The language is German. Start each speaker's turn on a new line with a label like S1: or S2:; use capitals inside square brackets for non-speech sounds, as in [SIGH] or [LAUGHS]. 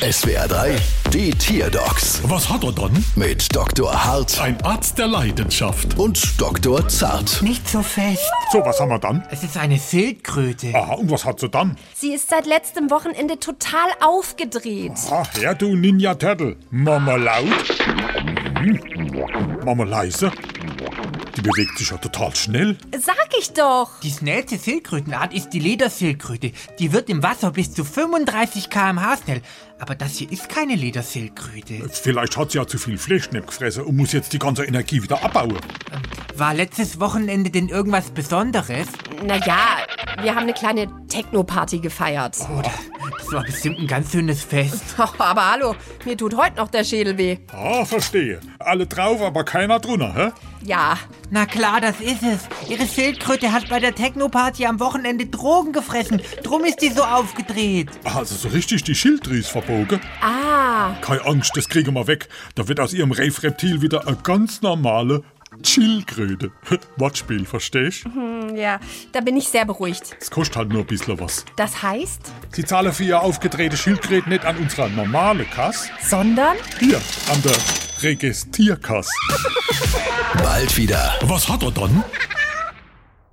S1: SWR 3, die Tierdocs
S2: Was hat er dann?
S1: mit Dr. Hart
S2: Ein Arzt der Leidenschaft.
S1: und Dr. Zart.
S3: Nicht so fest.
S2: So, was haben wir dann?
S3: Es ist eine Schildkröte.
S2: Aha, und was hat sie dann?
S4: Sie ist seit letztem Wochenende total aufgedreht.
S2: Ach, her Ah, du Ninja Turtle. Mama laut. Mhm. Mama leise. Die bewegt sich ja total schnell.
S4: Sag ich doch.
S3: Die schnellste Schildkrötenart ist die Lederschildkröte. Die wird im Wasser bis zu 35 km/h schnell. Aber das hier ist keine Lederschildkröte.
S2: Vielleicht hat sie ja zu viel Fleischknepp gefressen und muss jetzt die ganze Energie wieder abbauen.
S3: War letztes Wochenende denn irgendwas Besonderes?
S4: Naja, wir haben eine kleine Techno-Party gefeiert.
S3: Das war bestimmt ein ganz schönes Fest.
S4: [LAUGHS] aber hallo, mir tut heute noch der Schädel weh.
S2: Ah, verstehe. Alle drauf, aber keiner drunter, hä?
S4: Ja,
S3: Na klar, das ist es. Ihre Schildkröte hat bei der Techno-Party am Wochenende Drogen gefressen. Drum ist die so aufgedreht.
S2: Also so richtig die Schilddrüs verbogen?
S4: ah,
S2: Keine Angst, das kriegen wir weg. Da wird aus ihrem Rave-Reptil wieder eine ganz normale Chillgröte. [LAUGHS] Wortspiel, verstehst?
S4: ja, da bin ich sehr beruhigt.
S2: Es kostet halt nur ein bisschen was.
S4: Das heißt,
S2: Sie zahlen für ihr aufgedrehte Schildkröte nicht an unserer normale Kasse,
S4: sondern
S2: hier an der Registrierkasse.
S1: Bald wieder.
S2: Was hat er dann?